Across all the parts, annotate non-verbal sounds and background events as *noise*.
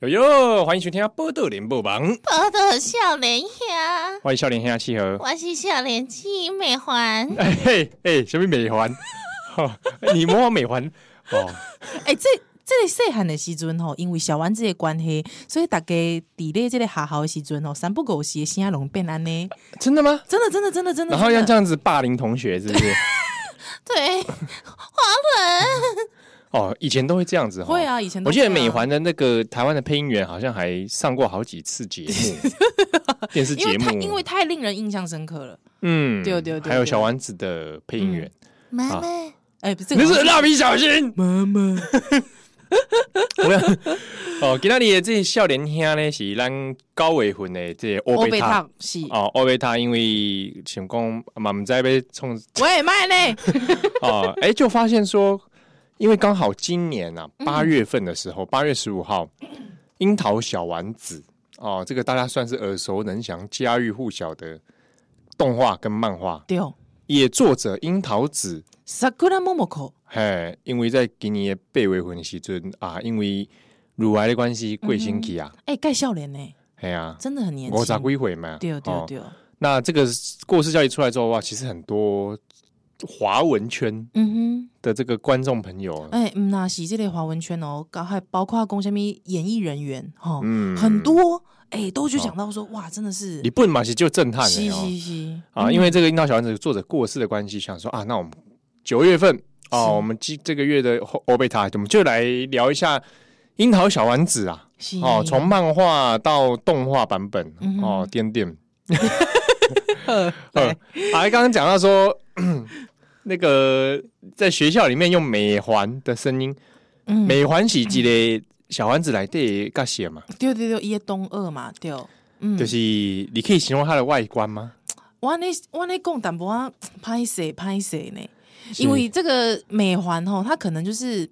哟哟，欢迎收听《波豆联播榜》，报道少年兄，欢迎笑脸兄契合。我是少年姊美环。哎 *laughs* 嘿，哎，什么美环？ *laughs* 哦你摸我美环 *laughs* 哦，哎、这这个细汉的时阵吼，因为小丸子的关系，所以大家伫咧这个学校的时阵吼，三不五时的声拢变安尼，真的吗？真的真的真的真的。然后要真这的样子霸凌同学，是不是？对，华哦，以前都会这样子哦。会啊，以前都我记得会啊美环的那个台湾的配音员好像还上过好几次节 *laughs* 目，电视因为节太目。因为太令人印象深刻了。嗯，对对对还有小丸子的配音员，伦妈啊妈，哎、不是这那个是蜡笔小新。 *laughs* 妈妈，我们哦，今天的这笑脸兄呢是咱高尾魂的这欧我贝被塔烫是。哦，欧贝塔因为啊想讲嘛唔知道要冲喂，麦呢？ *laughs* 哦，哎、就发现说，因为刚好今年啊嗯八月份的时候，八、月十五号，樱桃小丸子哦，这个大家算是耳熟能详、家喻户晓的动画跟漫画，对，哦也作者樱桃子。 Sakura Momoko，嘿，因为在今年的八月份的时阵啊，因为乳癌的关系，贵星期啊，哎、盖笑脸呢，嘿啊，真的很年轻。我咋归回嘛？对对哦对，那这个过世消息出来之后哇，其实很多华文圈嗯的这个观众朋友哼，，哎、嗯，那是这类华文圈哦，搞还包括讲什么演艺人员哈、嗯很多哎、都去哦讲到说，哇，真的是你不嘛是就震撼是了哦是是啊，因为这个《樱桃小丸子》作者过世的关系，想说啊，那我们九月份是哦，我们这这个月的欧欧贝塔，我们就来聊一下《樱桃小丸子》啊，是哦，从漫画到动画版本嗯嗯哼哦，点 *laughs* 点。呃呃来，啊，刚刚讲到说， *clears throat* 那个在学校里面用美环的声音，嗯，美环是一个小丸子来对噶写嘛，对对对，伊东二嘛，对，嗯，就是你可以形容它的外观吗？我那我那讲淡薄啊，拍谁拍谁呢？因为这个美环吼，它可能就是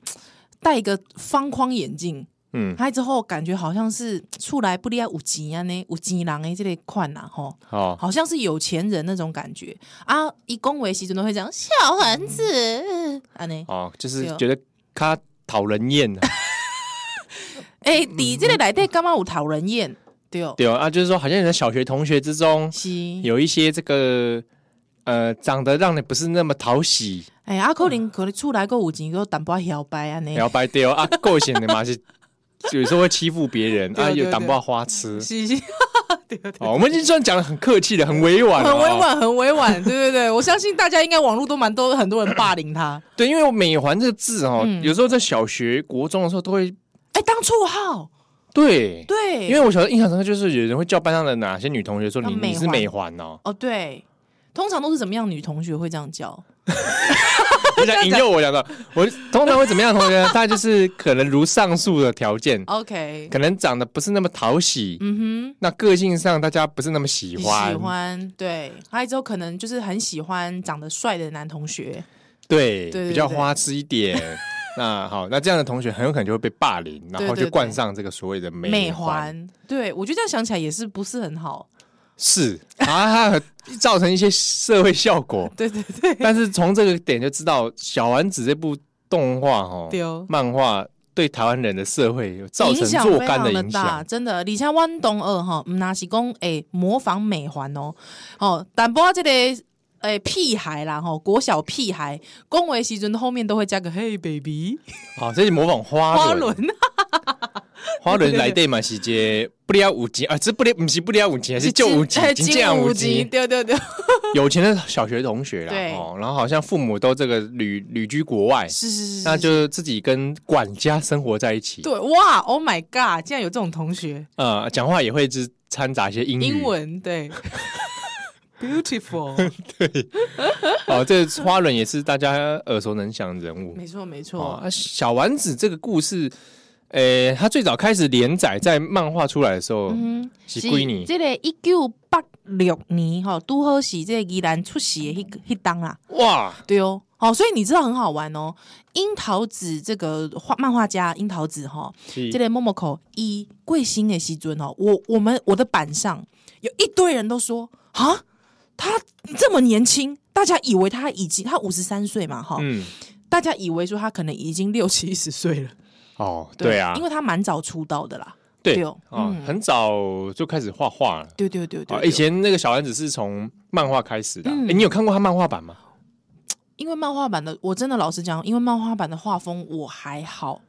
戴一个方框眼镜，嗯，它之后感觉好像是出来不离啊有钱啊呢，有钱人诶这类款呐吼，好，好像是有钱人那种感觉啊。一恭维时阵都会讲小丸子， *laughs* 安尼，哦，就是对哦觉得它讨人厌啊， *laughs* 诶，底欸这个内底干嘛有讨人厌？对哦，对哦，啊，就是说好像你的小学同学之中是，有一些这个呃长得让你不是那么讨喜，诶，啊，可能可能出来个有钱，个淡薄仔摇摆安尼。摇摆对哦，啊，够显的嘛是。有时候会欺负别人对啊，哦对有哦挡对不哦到花痴，是是， *laughs* 对对对哦，我们已啊经算讲的很客气的，很委婉，哦很委。婉，很委婉，对对对，我相信大家应该网络都蛮多很多人霸 *laughs* 凌他，对，因为“美环”这个字哦，嗯有时候在小学、国中的时候都会哎，当绰号，对，对，因为我小时候印象深刻，就是有人会叫班上的哪些女同学说叫你美你环是美环 *laughs* 哦，哦对，通常都是怎么样女同学会这样叫，就想引诱我讲的。我通常会怎么样？同学呢，大概就是可能如上述的条件， ，OK，可能长得不是那么讨喜，哦嗯哼。那个性上大家不是那么喜喜欢，欢对，还有之后可能就是很喜欢长得帅的男同学，对，对对比较对花痴一 *laughs* 点。那好，那这样的同学很有可能就会被霸凌，然后对对就对冠上这个所谓的美美环。环，对我觉得这样想起来也是不是很好，是啊，它造成一些社会效 *laughs* 果。对对对，但是从这个点就知道，《小丸子》这部动画哦，对哦漫画对台湾人的社会有造成影响若非干常的的影大，响。真的。而且阮东二吼，毋那是讲诶、模仿美环哦，哦，但不过这个诶、屁孩啦吼，国小屁孩，恭维时阵后面都会加个 Hey baby 好，这是模仿花花轮轮，，花轮来对嘛，是节不了五级啊，这不了不是不了五级， *laughs* 是就 *laughs* 五级，哎这样金五无级极，，对 *laughs* 对对， *laughs* 有钱的小学同学啦，对哦，然后好像父母都这个旅旅居国外，是是是，那是就自己跟管家生活在一起，对哇，Oh my God，竟然有这种同学，呃，讲话也会是掺杂一些英语，英 *laughs* 文对，Beautiful，哦，这花轮也是大家耳熟能详的人物， *laughs* 没错没哦，错，啊小丸子这个故事，呃，它最早开始连载在漫画出来的时候，嗯。是归你这个一九八六年吼，拄好是这个宜兰出世的迄迄当啊啦。哇，对哦，好，所以你知道很好玩哦。樱桃子这个画漫画家樱桃子哈，是这类 Momoko 一贵星的西尊哦，我我们我的板上有一堆人都说啊，他这么年轻，大家以为他已经他五十三岁嘛哈，嗯，大家以为说他可能已经六七十岁了，哦，对啊因，为他蛮早出道的啦。对对啊、嗯很早就开始画画了。对对对对啊，对以前那个小丸子是从漫画开始的啊、嗯诶你有看过他漫画版吗？因为漫画版的，我真的老实讲，因为漫画版的画风我还好，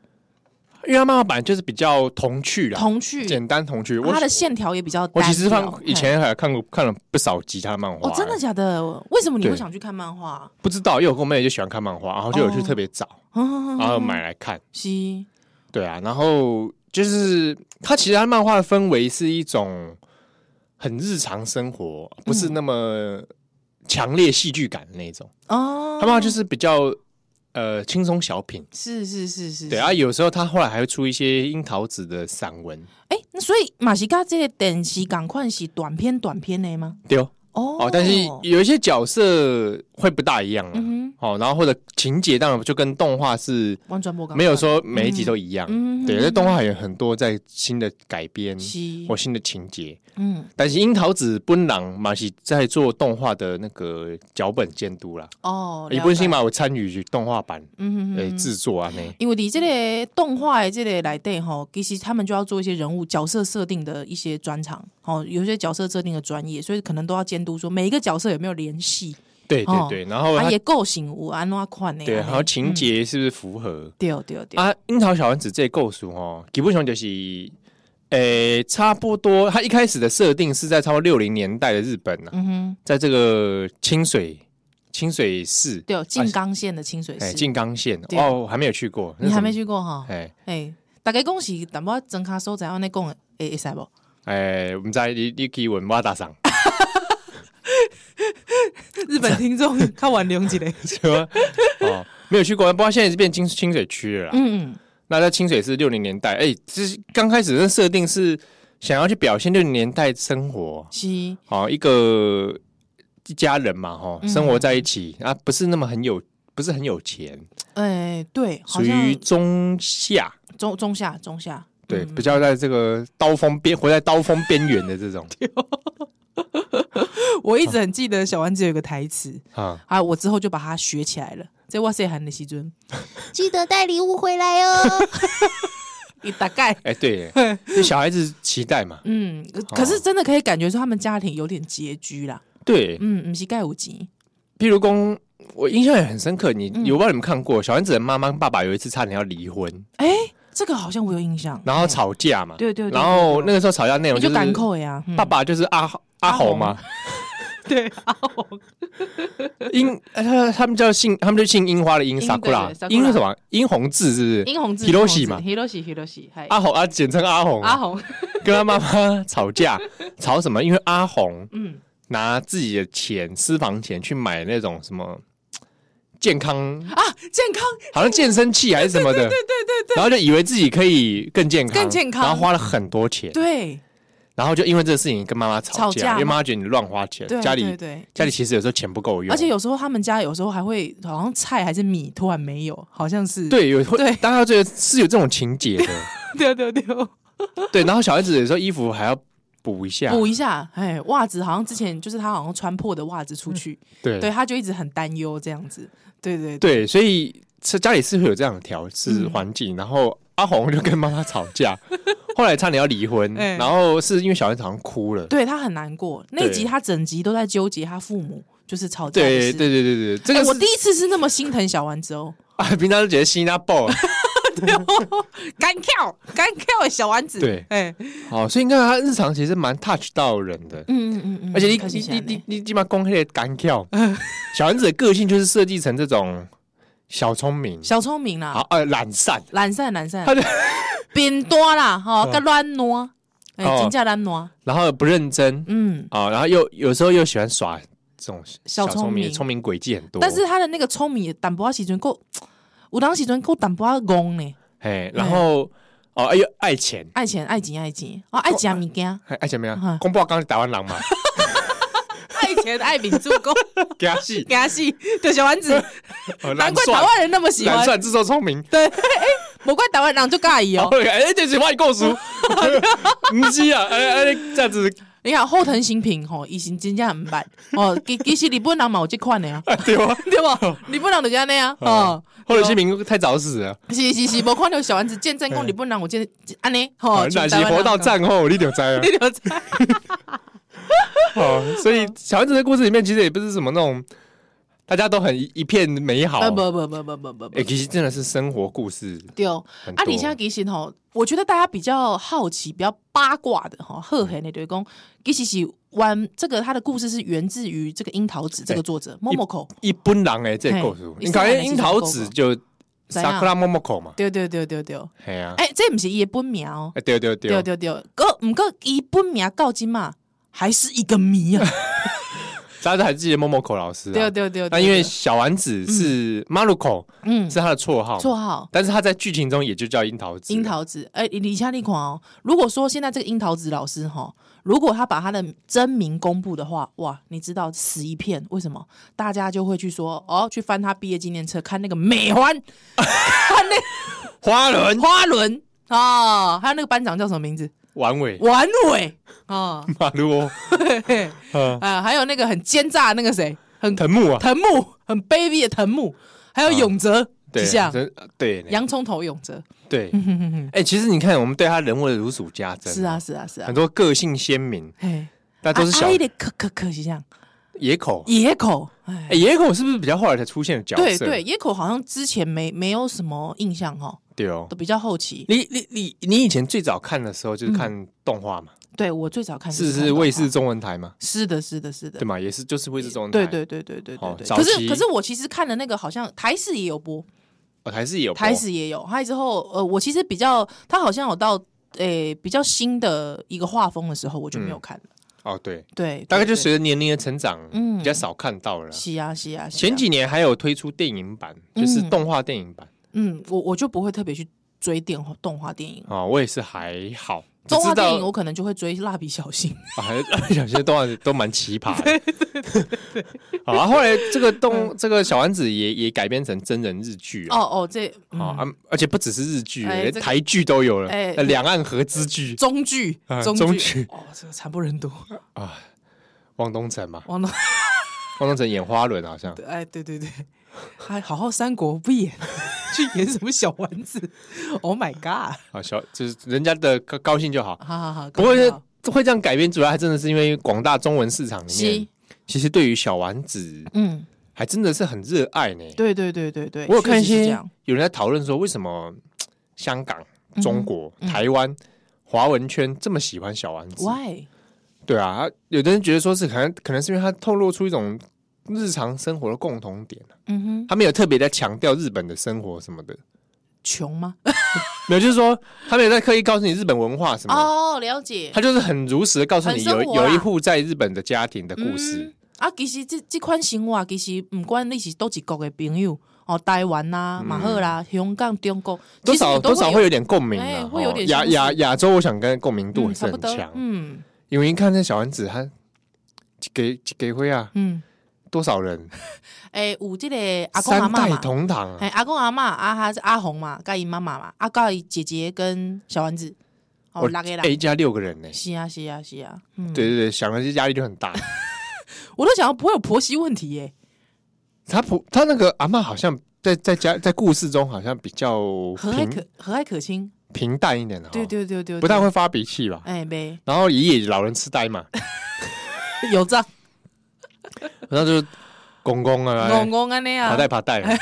因为他漫画版就是比较童趣啦，童趣，啊简单童趣。啊我它的线条也比较单我调。其实放嘿以前还看过看了不少集他漫画、哦，真的假的？为什么你对会想去看漫 *laughs* 画？不知道，因为我跟我妹就喜欢看漫画，然后就有去哦特别找，然然后啊 *laughs* 买来看。西，对啊，然后就是它其实它漫画的氛围是一种很日常生活，不是那么强烈戏剧感的那种。哦，它漫画就是比较呃轻松小品。是是是是，对是啊，，有时候他后来还会出一些樱桃子的散文，哎，那所以马西嘎这个等级赶快是短片短片的吗？对哦，哦哦但是有一些角色会不大一样啊，嗯哦，然后或者情节当然就跟动画是哼，完全不没有说每一集都一样，嗯对，那动画有很多在新的改编西，或新的情节，嗯但是樱桃子奔狼嘛是在做动画的那个脚本监督啦，哦，也不了解是，嘛有参与动画版嗯哼诶哼制作啊呢，因为你这个动画的这个来对吼，其实他们就要做一些人物角色设定的一些专场，哦，有些角色设定的专业，所以可能都要监督说每一个角色有没有联系，对哦对对，然后啊他也啊嗯构型有安怎款的，对，安尼然后情，节是不是符合？嗯对对对，啊，樱桃小丸子这构图哦，基本上就是，诶、差不多，它一开始的设定是在差不多六零年代的日本啊，嗯哼，在这个清水清水市，对，静冈县的清水哎、市，静冈县对哦，我还没有去过，你还没去？去过哈？哎哎，大概恭喜，淡薄真卡收在安尼讲的，会会使不？ *laughs* 哎，我们在你你给文挖大赏，日本听众较晚谅一下， *laughs* 是 *laughs* 吗？哦，没有去过，不过现在是变清清水区了啦。嗯，那在清水市六零年代，哎、这是刚开始的设定是想要去表现六零年代生活，是，好、哦一个一家人嘛，哈、嗯生活在一起、啊，不是那么很有，不是很有钱，哎，对，属好像于中下，中中下中下，对，嗯比较在这个刀锋边，活在刀锋边缘的这 *laughs* 种我一直很记得小丸子有一个台词啊，啊，我之后就把它学起来了。在哇塞喊的时阵，记得带礼物回来哦。 *laughs* 你大概哎、对 *laughs* 耶，对小孩子期待嘛，嗯，可可是真的可以感觉出他们家庭有点拮据啦。对，嗯，不是盖五级譬如公。我印象也很深刻，你嗯有不知道你们看过？小丸子的妈妈、爸爸有一次差点要离婚，哎这个好像我有印象。然后吵架嘛。嗯对对对然后那个时候吵架内容你就是赶扣呀，嗯爸爸就是阿阿豪嘛，对啊，樱，呃他他们叫姓，他们就姓樱花的樱樱 sakura，对，sakura 樱是什么？樱红志是不是？殷红志 Hiroshi 嘛，Hiroshi Hiroshi，嗨，阿红啊，简称阿红，阿红，啊跟他妈妈吵 *laughs* 架，吵什么？因为阿红嗯，拿自己的钱，私房钱去买那种什么健康， *laughs* 啊，健康，好像健身器还是什么的，对对对然后就以为自己可以更健康，更健康然后花了很多钱，对然后就因为这个事情跟妈妈吵吵架因为妈妈觉得你乱花钱，对，家对里对，家里哦其实有时候钱不够用，而且有时候他们家有时候还会好像菜还是米突然没有，好像是，对有会对，大家觉得是有这种情节的。 *laughs* 对对对，对，啊然后小孩子有时候衣服还要补一下，补一下，哎，袜子好像之前就是他好像穿破的袜子出去，对对，他就一直很担忧这样子，对对对，对，所以是家里是会有这样的调试嗯环境，然后阿红就跟妈妈吵架，后来差点要离 *laughs* 婚，哎然后是因为小孩子好像哭了，对他很难过。那一集对他整集都在纠结他父母就是吵架的对事，对对对对，这个哎我是第一次是那么心疼小丸子 *laughs* 哦，啊，平常都觉得新加坡 *laughs* 干跳干跳的小丸子，对哎，好，哦所以你看他日常其实蛮 touch 到人的，嗯嗯嗯嗯，而且你可是你现在你你你起码公开的干 *laughs* 跳，嗯小丸子的个性就是设计成这种小聪明，小聪明好啦，呃懒散，懒散懒散他就， *laughs* 扁多啦，哈，个乱挪，哎，哦真正乱挪，然后不认真，嗯。啊、然后又有时候又喜欢耍这种小聪聪明聪明诡计很多。但是，他的那个聪明淡薄仔时阵够，有当时阵够淡薄仔戆呢，哎，嗯然后哦，哎呦，爱钱，爱钱爱钱爱钱，哦爱食物件，哎爱钱没有嗯？公报刚打完狼嘛， *laughs* *laughs* 爱钱爱民主 *laughs* 公，给他戏，惊死！对小丸子，呃 *laughs* 难懒怪台算，湾人那么喜懒欢，算自作聪明。对， *laughs* 不怪台湾人就介意然哦 *laughs* 后。哎，这句话你够熟，不是啊，哎哎，这样子你看后藤新平吼，伊是真正很捌哦，其其实日本人嘛有即款 *laughs* 的啊，对哦吧？对无？日本人就是安尼啊，哦，后来新民太早死了，是是是，无看到小丸子见证讲日本人有这安尼吼，啊那像是台湾人活到讲，战后你就知了。你就知 *laughs* 哦，所以小丸子的故事里面其实也不是什么那种大家都很一一片美好，不不不不不不不哎、，其实真的是生活故事对哦。很多。啊，你现在其实吼，我觉得大家比较好奇、比较八卦的哈，赫黑的对公，其实是玩这个他的故事是源自于这个樱桃子这个作者 Momoko，一般人诶，这个故事嘿，你看一般人樱桃子就怎萨样克拉莫莫口嘛，对对对对对，嘿啊，哎、这不是伊的本名哦，哎对对对对，对对，个唔过伊本名到今嘛还是一个谜啊，大家还记得莫莫口老师对啊？对对，那对因为对小丸子是 Maruko 嗯是他的绰号，绰号。但是他在剧情中也就叫樱桃子。樱桃子，哎、李佳丽款哦。如果说现在这个樱桃子老师哈，如果他把他的真名公布的话，哇，你知道死一片。为什么？大家就会去说哦，去翻他毕业纪念册，看那个美环，看那花轮个花轮啊、哦，还有那个班长叫什么 *laughs* 名字？丸尾丸尾啊，马路 *laughs* 哦，嘿嘿嗯啊，还有那个很奸诈的那个谁，很藤木啊，藤木，很卑鄙的藤木，还有永泽对之，下，真对洋葱头永 *laughs* 泽，对，哎，其实你看我们对他人物的如数家珍，是啊，，是啊，是啊很，多个性鲜明，嘿，啊但都是小阿姨的可可可是这样。野口。野口，哎，哎，野口是不是比较后来才出现的角对色？对，野口好像之前没没有什么印象哦，对哦都。比较后期。你你你你以前最早看的时候就是看动画嘛？对我最早看是嗯看是动画卫视，中文台嘛？是的，是的，是的对，嘛？也是就是卫视中文台，对对对对对对哦对。早可是期可是我其实看的那个好像台视也有播，哦，台视也有播台视也有，还有之后呃，我其实比较，它好像有到诶比较新的一个画风的时候，我就没有看了。哦，对，对，大概就对随着年龄的成长，嗯比较少看到了啦对。是嗯啊是啊，是啊前几年还有推出电影版，就是动画电影版嗯，我我就不会特别去追电动画电影。哦，我也是还好，只动画知电道 *laughs* 影我可能就会追《蜡笔小新》啊，有些动画都蛮奇葩 *laughs* 的。 *laughs* 好啊，后来这个嗯动这个小丸子也也改编成真人日剧哦啊，哦，这嗯好啊，而且不只是日剧，哎连这个台剧都有了，哎呃两岸合资剧中剧啊，中中剧剧，哦，这个惨不忍睹。汪东城嘛，王导，汪东城演花轮好像。 *laughs* 哎，对对对，还好好三国不演， *laughs* 去演什么小丸子？Oh *laughs* my god！啊，小就是人家的高高兴就好。好好好，不过呢会这样改编，主要还真的是因为广大中文市场里面是，其实对于小丸子嗯，还真的是很热爱呢。对对对对对，我有看一确实是些这样有人在讨论说，为什么嘖香港、中国、嗯台湾华文圈这么喜欢小丸子？ ，Why？对啊，有的人觉得说是可能可能是因为他透露出一种日常生活的共同点，嗯哼，他没有特别在强调日本的生活什么的，穷吗？没有，就是说他没有在刻意告诉你日本文化什么的。哦，了解他。就是很如实的告诉你很有生活啦有一户在日本的家庭的故事嗯，啊，其实这这款生活，其实不管你是多几国的朋友，哦，台湾啦、马赫啦、香港、中国，嗯多其实少你都多少会有有点共鸣哎啊，会有哦点亚相似亚亚洲，我想跟共鸣度嗯还是差不很多，强，嗯因为一看那小丸子他给给辉啊，嗯，多少人哎，有这个阿公阿三嬷代嘛。同堂哎，啊，阿公阿妈阿哈是阿红嘛，甲伊妈妈嘛，阿甲伊姐姐跟小丸子，哦，我六个啦哎，一家六个人呢，是啊是啊是啊，嗯，对对对，想的这压力就很大。 *laughs* 我都想要不会有婆媳问题耶，他不，他那个阿嬷好像在在家在故事中好像比较和蔼平可和蔼可亲，平淡一点哦的，对，对对对，对不太，会发脾气吧。哎呗，然后爷爷老人痴呆 *laughs* 嘛，有账，然后就是公公啊，公公安那爬啊，带爬带 *laughs* 啊，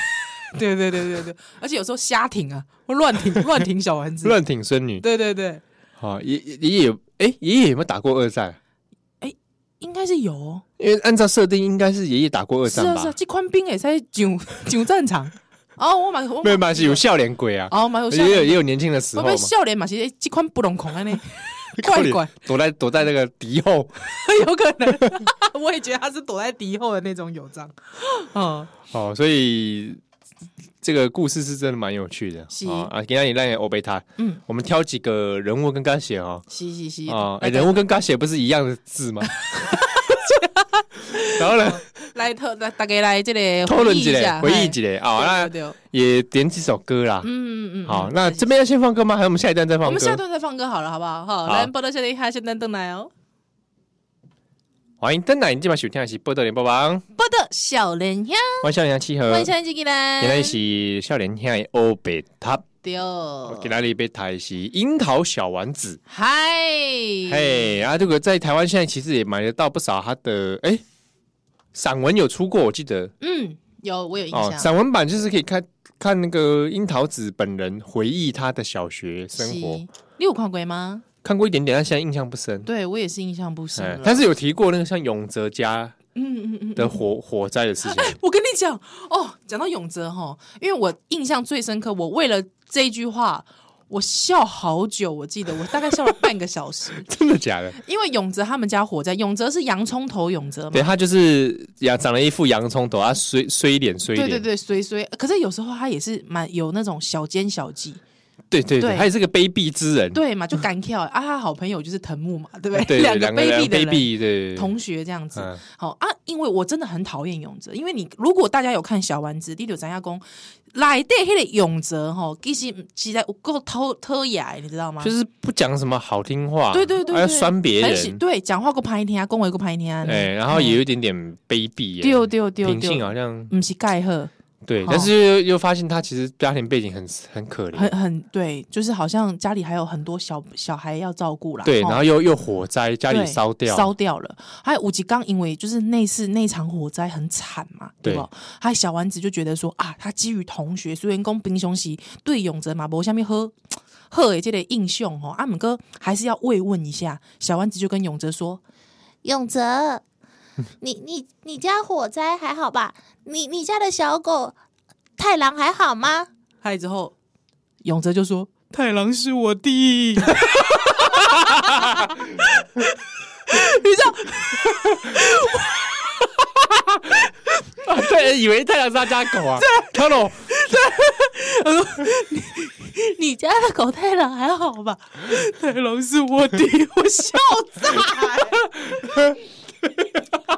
对对对对对，而且有时候瞎挺啊，会乱 *laughs* 挺乱挺小丸子，乱挺孙女。对对对，好，爷爷爷，哎，爷爷有没有打过二战？啊应该是有哦，因为按照设定，应该是爷爷打过二是战啊是吧啊，？这宽兵也在上上 *laughs* 战场，哦，我蛮我没有嘛，是有，笑脸鬼啊，哦蛮有笑也有脸，也有年轻的时我候嘛，被，笑脸嘛，其实这款不拢孔安尼 *laughs* 怪怪。躲在躲在那个敌后。 *laughs* 有可能，我也觉得他是躲在敌后的那种友章。嗯，哦，所以这个故事是真的蛮有趣的。是哦啊，给让你让你欧贝塔，嗯，我们挑几个人物跟刚写哦。是是是，啊，哎，来人物跟刚写不是一样的字 *laughs* 吗？ *laughs* 然后呢，来特来大家来这里讨论几一嘞下，，回忆几嘞。嘞。好哦，那对，对也点几首歌啦。嗯嗯嗯。好，嗯那这边要先放歌吗？还是我们下一段再放歌？我们下段再放歌好了，好不好？好，好来，波多小林哈，下段登来哦。欢迎登来，你今晚收听的是《波多连播榜》，不得小人呀，欢迎笑脸七和，欢迎一进来，今天是笑脸兄的欧北塔，丢，今天里被台是樱桃小丸子。嗨，嗯嘿，啊，这个在台湾现在其实也买得到不少他的，哎、散文有出过，我记得嗯，有我有印哦，象，散文版就是可以看看那个樱桃子本人回忆他的小学生活，是，你有看过吗？看过一点点，但现在印象不深。对我也是印象不深哎了，但是有提过那个像永泽家嗯嗯嗯。的火、 *laughs* 火灾的事情，我跟你讲哦，讲到永泽哈，因为我印象最深刻，我为了这一句话，我笑好久，我记得我大概笑了半个小 *laughs* 时，真的假的？因为永泽他们家火灾，永泽是洋葱头永泽嘛对，，他就是呀，长了一副洋葱头，他衰衰脸衰对脸，对对，随随，可是有时候他也是蛮有那种小奸小计，对对对对，他也是个卑鄙之人，对嘛，就敢跳啊，他好朋友就是藤木嘛，对不对对， *laughs* 两个两个卑人鄙的卑人。鄙，对，同学这样子。嗯好啊，因为我真的很讨厌永泽，因为你如果大家有看小丸子第六咱家公，来对黑的永泽哈，其实其实我够偷偷雅，你知道吗？就是是不讲什么好听话，对对对还要对酸别很喜人，对讲话够拍天啊，恭维够拍天啊，哎，然后也有一点点卑鄙耶，丢丢丢品性丢，好像不是盖赫，对哦，但是又又发现他其实家庭背景很很可很怜，很对，就是好像家里还有很多小小孩要照顾啦。对，吼然后又又火灾，家里哦对烧掉，烧掉了。还有五级刚因为就是那次那场火灾很惨嘛，对对吧？还有小丸子就觉得说啊，他基于同学虽然讲平常时对永泽嘛无下面喝。喝诶，这个印象哦吼，阿姆哥还是要慰问一下。小丸子就跟永泽说永泽，你你你家火灾还好吧？你你家的小狗太郎还好吗？：“嗨。”之后，永泽就说：“太郎是 *laughs* 我弟。”你 *laughs* 知道，啊 *laughs* 对，以为太阳是他家 *laughs* 狗啊，看喽，你家的狗太郎还好吧？太郎是我弟，我啊笑炸、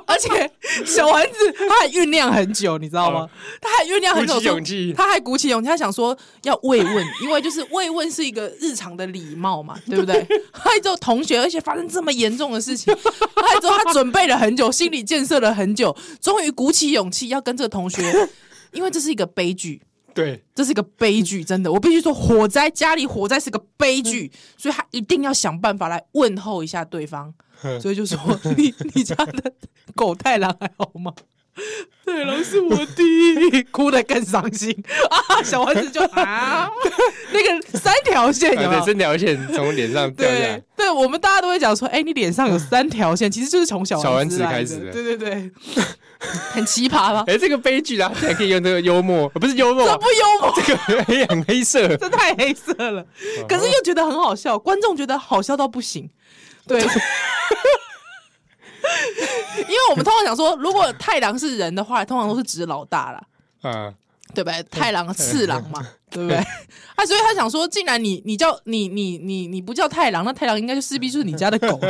*laughs* 而且小丸子他还酝酿很久，你知道吗？他还酝酿很久，鼓起说勇气他还鼓嗯起勇气，他想说要慰问，因为就是慰问是一个日常的礼貌嘛，对不对？还有同学，而且发生这么严重的事情，还有他准备了很久，心理建设了很久，终于鼓起勇气要跟这个同学，因为这是一个悲剧，对，这是一个悲剧，真的，我必须说，火灾家里火灾是个悲剧，嗯所以他一定要想办法来问候一下对方，嗯所以就说你 *laughs* 你家的狗太郎还好 *laughs* 吗？太郎是我弟，哭得更伤心 *laughs* 啊！小丸 *laughs* 子就啊，那个三条线哎有没啊对，有？这条线从脸上掉下对来，对，我们大家都会讲说，哎、你脸上有三条线，其实就是从小小丸子子来开的始的对对对，很奇 *laughs* 葩吧？哎，这个悲剧啊，竟然可以用这个幽默，呃不是幽默这啊不，幽默。这个黑很黑色， *laughs* 这太黑色嗯了，可是又觉得很好笑，观众觉得好笑到不行，对。 *laughs* 因为我们通常讲说，如果太郎是人的话，通常都是指老大啦，啊，对不对？太郎次郎嘛，对不 *laughs* 对？啊，所以他想说，既然你你叫你你你你不叫太郎，那太郎应该就势必就是你家的狗。 *laughs*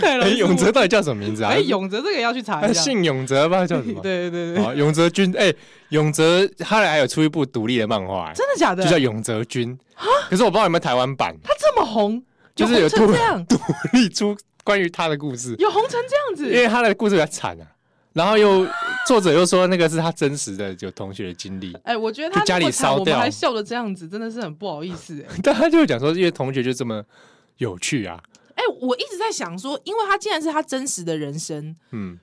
太郎哎，是我永泽，到底叫什么名字啊？哎，永泽这个要去查他一下。姓永泽吧，叫什对么？ *laughs* 对对对，啊，永泽君，哎、永泽后来还有出一部独立的漫画、哎真的假的？啊就叫永泽君，可是我不知道有没有台湾版， *laughs* 他这么红，就是有红成突这 *laughs* 样，独立出关于他的故事，有红成这样子，因为他的故事比较惨啊，然后又作者又说那个是他真实的有同学的经历， *laughs* 哎、我觉得他就家里那么惨烧我们掉还笑的这样子，真的是很不好意思、哎，但他就讲说，因为同学就这么有趣啊，哎、我一直在想说，因为他既然是他真实的人生，嗯，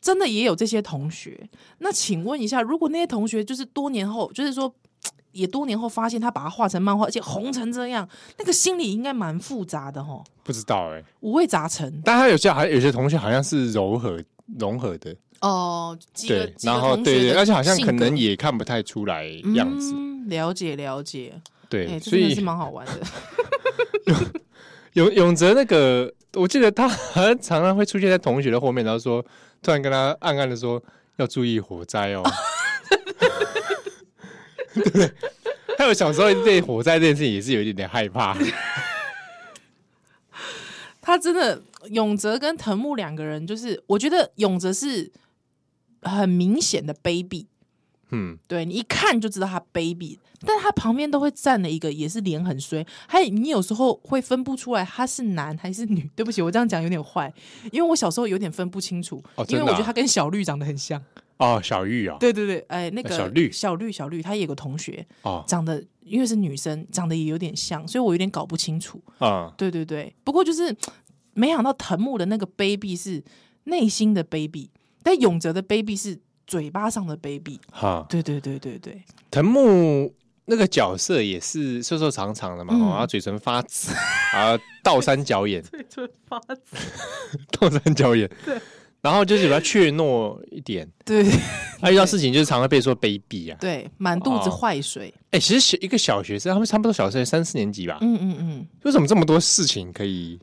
真的也有这些同学。那请问一下，如果那些同学就是多年后，就是说也多年后发现他把它画成漫画，而且红成这样，那个心理应该蛮复杂的哈，不知道哎、五味杂陈但他有些还有些同学好像是柔和融合的，哦。几个对，然后对对，而且好像可能也看不太出来样子，嗯、了解了解，对，哎、所这真以的是蛮好玩的。永永泽那个，我记得他常常会出现在同学的后面，然后说，突然跟他暗暗的说要注意火灾 *laughs* 哦，对不对？还有小时候对火灾这件事情也是有一点点害怕，他真的永泽跟藤木两个人，就是我觉得永泽是很明显的卑鄙，嗯，对你一看就知道他 baby，但他旁边都会站了一个也是脸很衰，还有你有时候会分不出来他是男还是女。对不起，我这样讲有点坏，因为我小时候有点分不清楚，哦真因的为啊我觉得他跟小绿长得很像。哦，小玉啊，对对对，哎，那个小绿小绿，小绿，他也有个同学哦，长得因为是女生，长得也有点像，所以我有点搞不清楚。啊、对对对，不过就是没想到藤木的那个 baby 是内心的 baby，但永泽的 baby 是嘴巴上的 baby。哈，对对对对对，藤木那个角色也是瘦瘦长长的嘛，嗯哦，然后嘴唇发紫， *laughs* 啊，倒三角眼，对准发紫。 *laughs* 倒三角眼， *laughs* 对，然后就是比较怯懦一点，对他遇到事情就是常常被说卑鄙啊。对，满肚子坏水。哎、其实小一个小学生，他们差不多小学生三四年级吧，嗯嗯嗯，为什么这么多事情可以？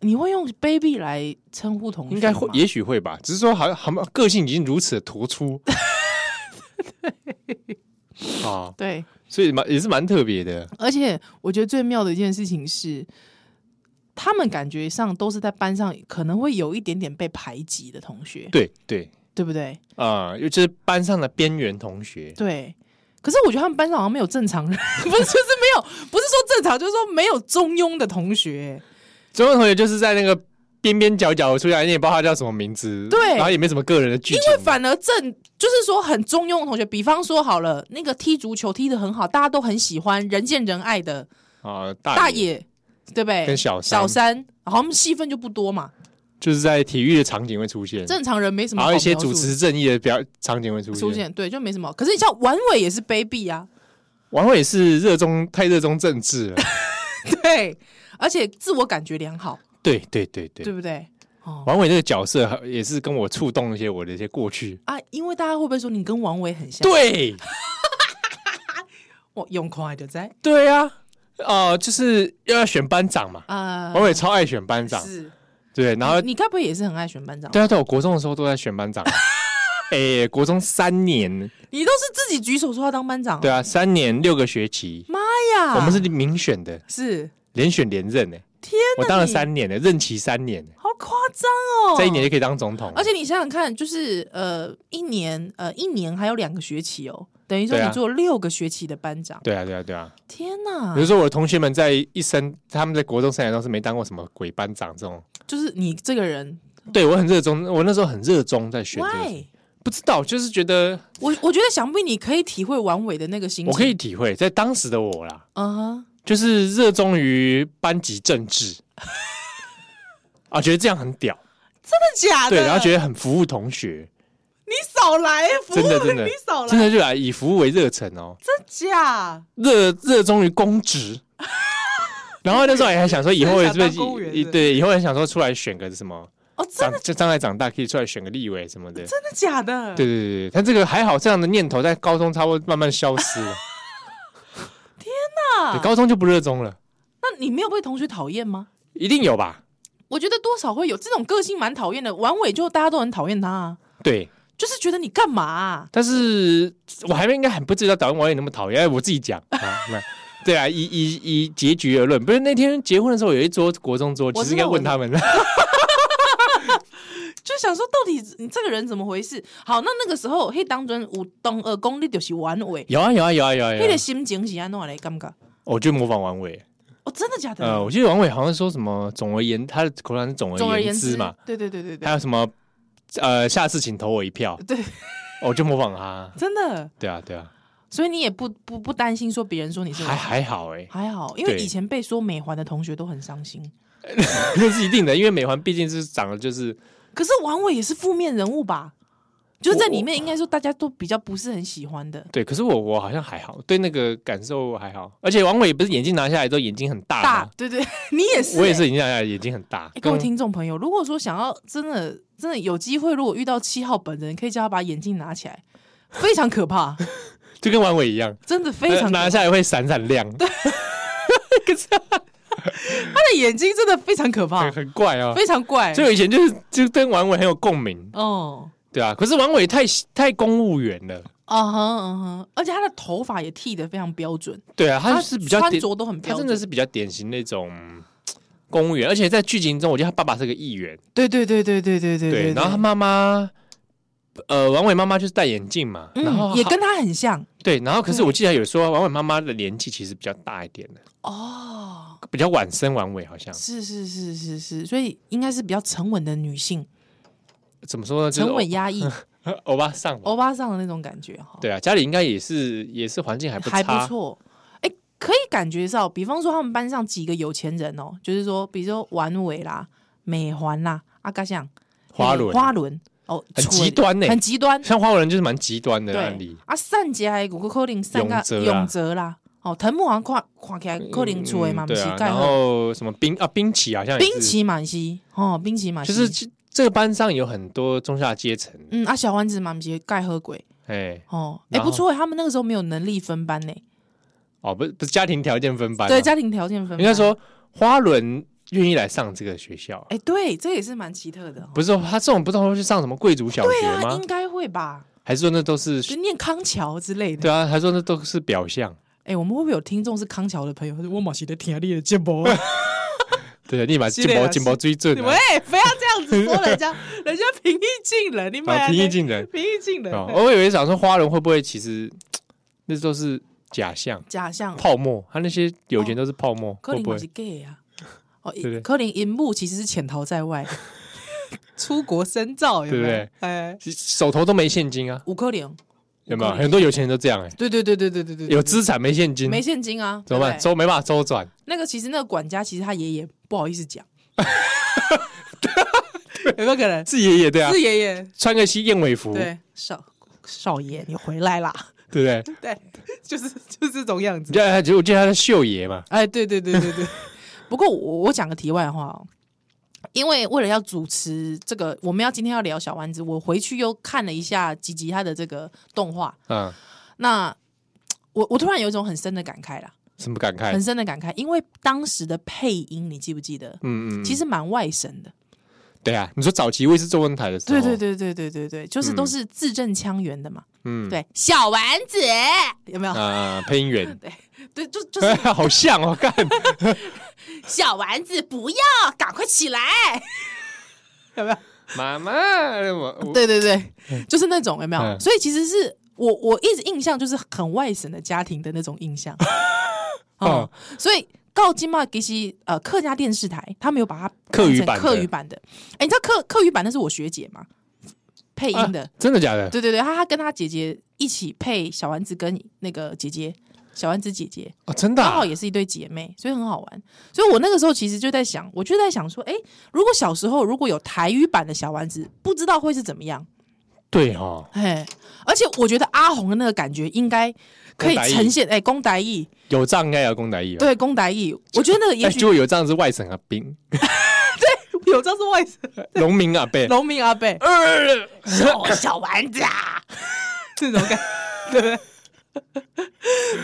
你会用 baby 来称呼同学吗？应该会，也许会吧，只是说好像好像个性已经如此的突出。 *laughs* 啊，对。所以蛮也是蛮特别的。而且我觉得最妙的一件事情是，他们感觉上都是在班上可能会有一点点被排挤的同学，对对对不对？啊、尤其是班上的边缘同学，对。可是我觉得他们班上好像没有正常人， *laughs* 不是就是没有，不是说正常，就是说没有中庸的同学。中文同学就是在那个边边角角出来，你也不知道他叫什么名字，对然后也没什么个人的剧情，因为反而正就是说很中庸的同学，比方说好了，那个踢足球踢得很好，大家都很喜欢，人见人爱的啊、大大爷野，对不对？跟小三小三，好，我们戏份就不多嘛，就是在体育的场景会出现，正常人没什么然好后描一述的。些主持正义的表场景会出出现。现，对，就没什么。可是你像丸尾也是卑鄙啊，王伟是热衷太热衷政治啊了，对，而且自我感觉良好，对对对对 *laughs* 对不对？哦王伟这个角色也是跟我触动一些我的一些过 *laughs* 去。啊，因为大家会不会说你跟王伟很像？，对我用快的在对啊，呃，就是又要选班长嘛，啊，王伟超爱选班长，是，对，然后你该不会也是很爱选班长？对啊，对我国中的时候都在选班 *laughs* 长，哎，国中三年，你都是自己举手说要当班长，对，啊，三年六个学期，妈呀，我们是民选的，是连选连任呢，天哪，我当了你，三年的，任期三年，欸好夸张哦，这一年就可以当总统了，而且你想想看，就是呃，一年呃，一年还有两个学期哦，等于说对啊你做六个学期的班长，对啊，对啊，对啊，天哪比如！说我的同学们在一生，他们在国中三年都是没当过什么鬼班长这种，就是你这个人对我很热衷，我那时候很热衷在选这个，why？不知道，就是觉得我我觉得想必你可以体会王伟的那个心情，我可以，体会，在当时的我啦，嗯哼，就是热衷于班级政治啊，觉得这样很屌，真的假的？对，然后觉得得很服务同学，你少来，服务真的真的你少来，真的就来以服务为热忱哦，真假？热热衷于公 *laughs* 职。然后那时候也还想说，以后真是 *laughs* 的不想当公务员是是不是对，以后还想说出来选个什么，哦，真长的就将来长大可以出来选个立委什么的。真的假的？对对对对，但这个还好，这样的念头在高中差不多慢慢消失 *laughs* 了。那啊对，高中就不热衷了，那你没有被同学讨厌吗？一定有吧？我觉得多少会有这种个性蛮讨厌的，王伟就大家都很讨厌他、啊，对，就是觉得你干嘛啊、但是我还没应该很不知道导演网友那么讨厌，哎我自己 *laughs* 讲啊，那对啊，以以以结局而论，不是那天结婚的时候有一桌国中桌，其我知道实应该问他们，就想说到底你这个人怎么回事？好，那那个时候黑当真有东二公，你就是王伟， *laughs* 有啊有啊有啊有啊，那有个啊心情是安怎来感觉？我就模仿王伟，哦，真的假的？呃，我记得王伟好像说什么总而言，他的口头禅是总总而而言言之之嘛，，对对对对还对有什么呃下次请投我一票，哦对，我就模仿他，真的。对啊对啊，所以你也不不不担心说别人说你是还王还好 *laughs* 哎，还好，因为对以前被说美环的同学都很伤心。这是一定的，因为美环毕竟是长得就是可是王伟也是负面人物吧？就是在我里面，应该说大家都比较不是很喜欢的对，可是我我好像还好，对那个感受还好，而且王伟不是眼镜拿下来之后眼睛很大大吗，，对对， *laughs* 你也是欸、我也是眼镜拿下来眼睛很大欸。，各位跟听众朋友，如果说想要真的真的有机会，如果遇到七号本人，可以叫他把眼镜拿起来， *laughs* 非常可怕， *laughs* 就跟王伟一样，呃真的非常可怕 *laughs* 拿下来会闪闪亮，他的眼睛真的非常可怕 *laughs* 很，很怪哦。非常怪。所以我以前 *laughs* 就是就跟王伟很有共鸣，哦，对啊。可是王伟太太公务员了，啊哈嗯哼，而且他的头发也剃得非常标准，对啊，他是比较穿典，着都很标他真准，的是比较典型那种嗯公务员，而且在剧情中，我觉得他爸爸是个议员，对对对对对对对对，然后他妈妈呃，王伟妈妈就是戴眼镜嘛，然后嗯，也她跟他很像对，然后可是我记得有说王伟妈妈的年纪其实比较大一点的，哦，比较晚生晚尾好像。是是是是是，所以应该是比较沉稳的女性，怎么说呢？就是沉欧稳 *laughs* 压抑，欧巴上吧欧巴桑的那种感觉哈。对啊，家里应该也是也是环境还不差，还不错。哎、可以感觉到，比方说他们班上几个有钱人哦，就是说，比如说丸尾啦、美环啦、阿嘎像、花嘿轮花轮哦，很蠢极端呢很极端。像花轮就是蛮极端的案对例。啊，善杰还有个柯林善永个泽啊永泽啦，哦，藤木好像看看起来柯林出的嘛，嗯不对是啊，盖然好后什么冰啊冰崎好像也是冰，崎满西哦，冰崎满就西是其这个班上有很多中下阶层，嗯啊，小丸子嘛，不是盖喝鬼哎哦，哎、然后不错哎，他们那个时候没有能力分班呢，哦不是不是家庭条件分班啊，对家庭条件分班，应该说花轮愿意来上这个学校，啊哎、对，这也是蛮奇特的哦、不是说他这种不是都去上什么贵族小学对啊，吗应？该会吧。还是说那都是就念康桥之类的。对啊？还说那都是表象？哎、我们会不会有听众是康桥的朋友？他说我马是在听你的啊节 *laughs* 目，喂，对，立马是金的毛啊金毛追正啊，不要这样子说 *laughs* 人家，人家平易近人，你买啊来平易近人。平易近人。哦，我以为想说花轮会不会其实那都是假象假象，泡沫，他那些有钱都是泡沫，柯会林不嘛会是 gay 啊？哦对不对，柯林银幕其实是潜逃 *laughs* 在外，出国深造，有没有？对不哎，手头都没现金啊？五颗零，有没有五颗零很多有钱人都这样哎、对对对对对对对，对有资产没现金，没现金啊？怎么办？对不对周没办法周转，那个其实那个管家其实他爷爷不好意 *laughs* 思讲， *laughs* 有没有可能？是爷爷对啊哦是，爷爷，穿个西燕尾服，对对，少少爷，你回来啦！不对？ *laughs* 对，就是就是这种样你子记。得他，我记得他是秀爷嘛，哎，对对对对对。 *laughs* 不过我我讲个题外话哦，因为为了要主持这个，我们要今天要聊小丸子，我回去又看了一下吉吉他的这个动画，啊、那我我突然有一种很深的感慨啦，什么感慨嗯很？深的感慨，因为当时的配音你记不记得？嗯哦嗯，其实蛮外省的，对啊，你说早期卫视中文台的时候，对对，对对对对对，就是都是字正腔圆的嘛。嗯，对，小丸子有没有？，啊、配音员对对，就 *laughs* 就是 *laughs* 好像哦，看小丸子，不要，赶快起来！有没有？妈妈，我我 *laughs* 对对对，就是那种有没有？嗯所以其实是我我一直印象就是很外省的家庭的那种 *laughs* 印象。哦、所以告金嘛，其实呃客家电视台他没有把它客语换成版的客语版的。哎、你知道客客语版那是我学姐嘛，配音的。啊真的假的？对对对，她她跟她姐姐一起配小丸子跟那个姐姐小丸子姐姐。哦，真的、刚啊好，也是一对姐妹，所以很好玩。所以我那个时候其实就在想，我就在想说，哎、如果小时候如果有台语版的小丸子，不知道会是怎么样。对哦，嘿，而且我觉得阿红的那个感觉应该可以龚达义呈现，哎、公达义，有障碍啊，公仔义，，对，公达义，我觉得那个也哎，许结果有障是外省啊，兵 *laughs* 有这是外省农民啊，被，农民阿贝呃小小丸子啊，这种感， *laughs* 对不对？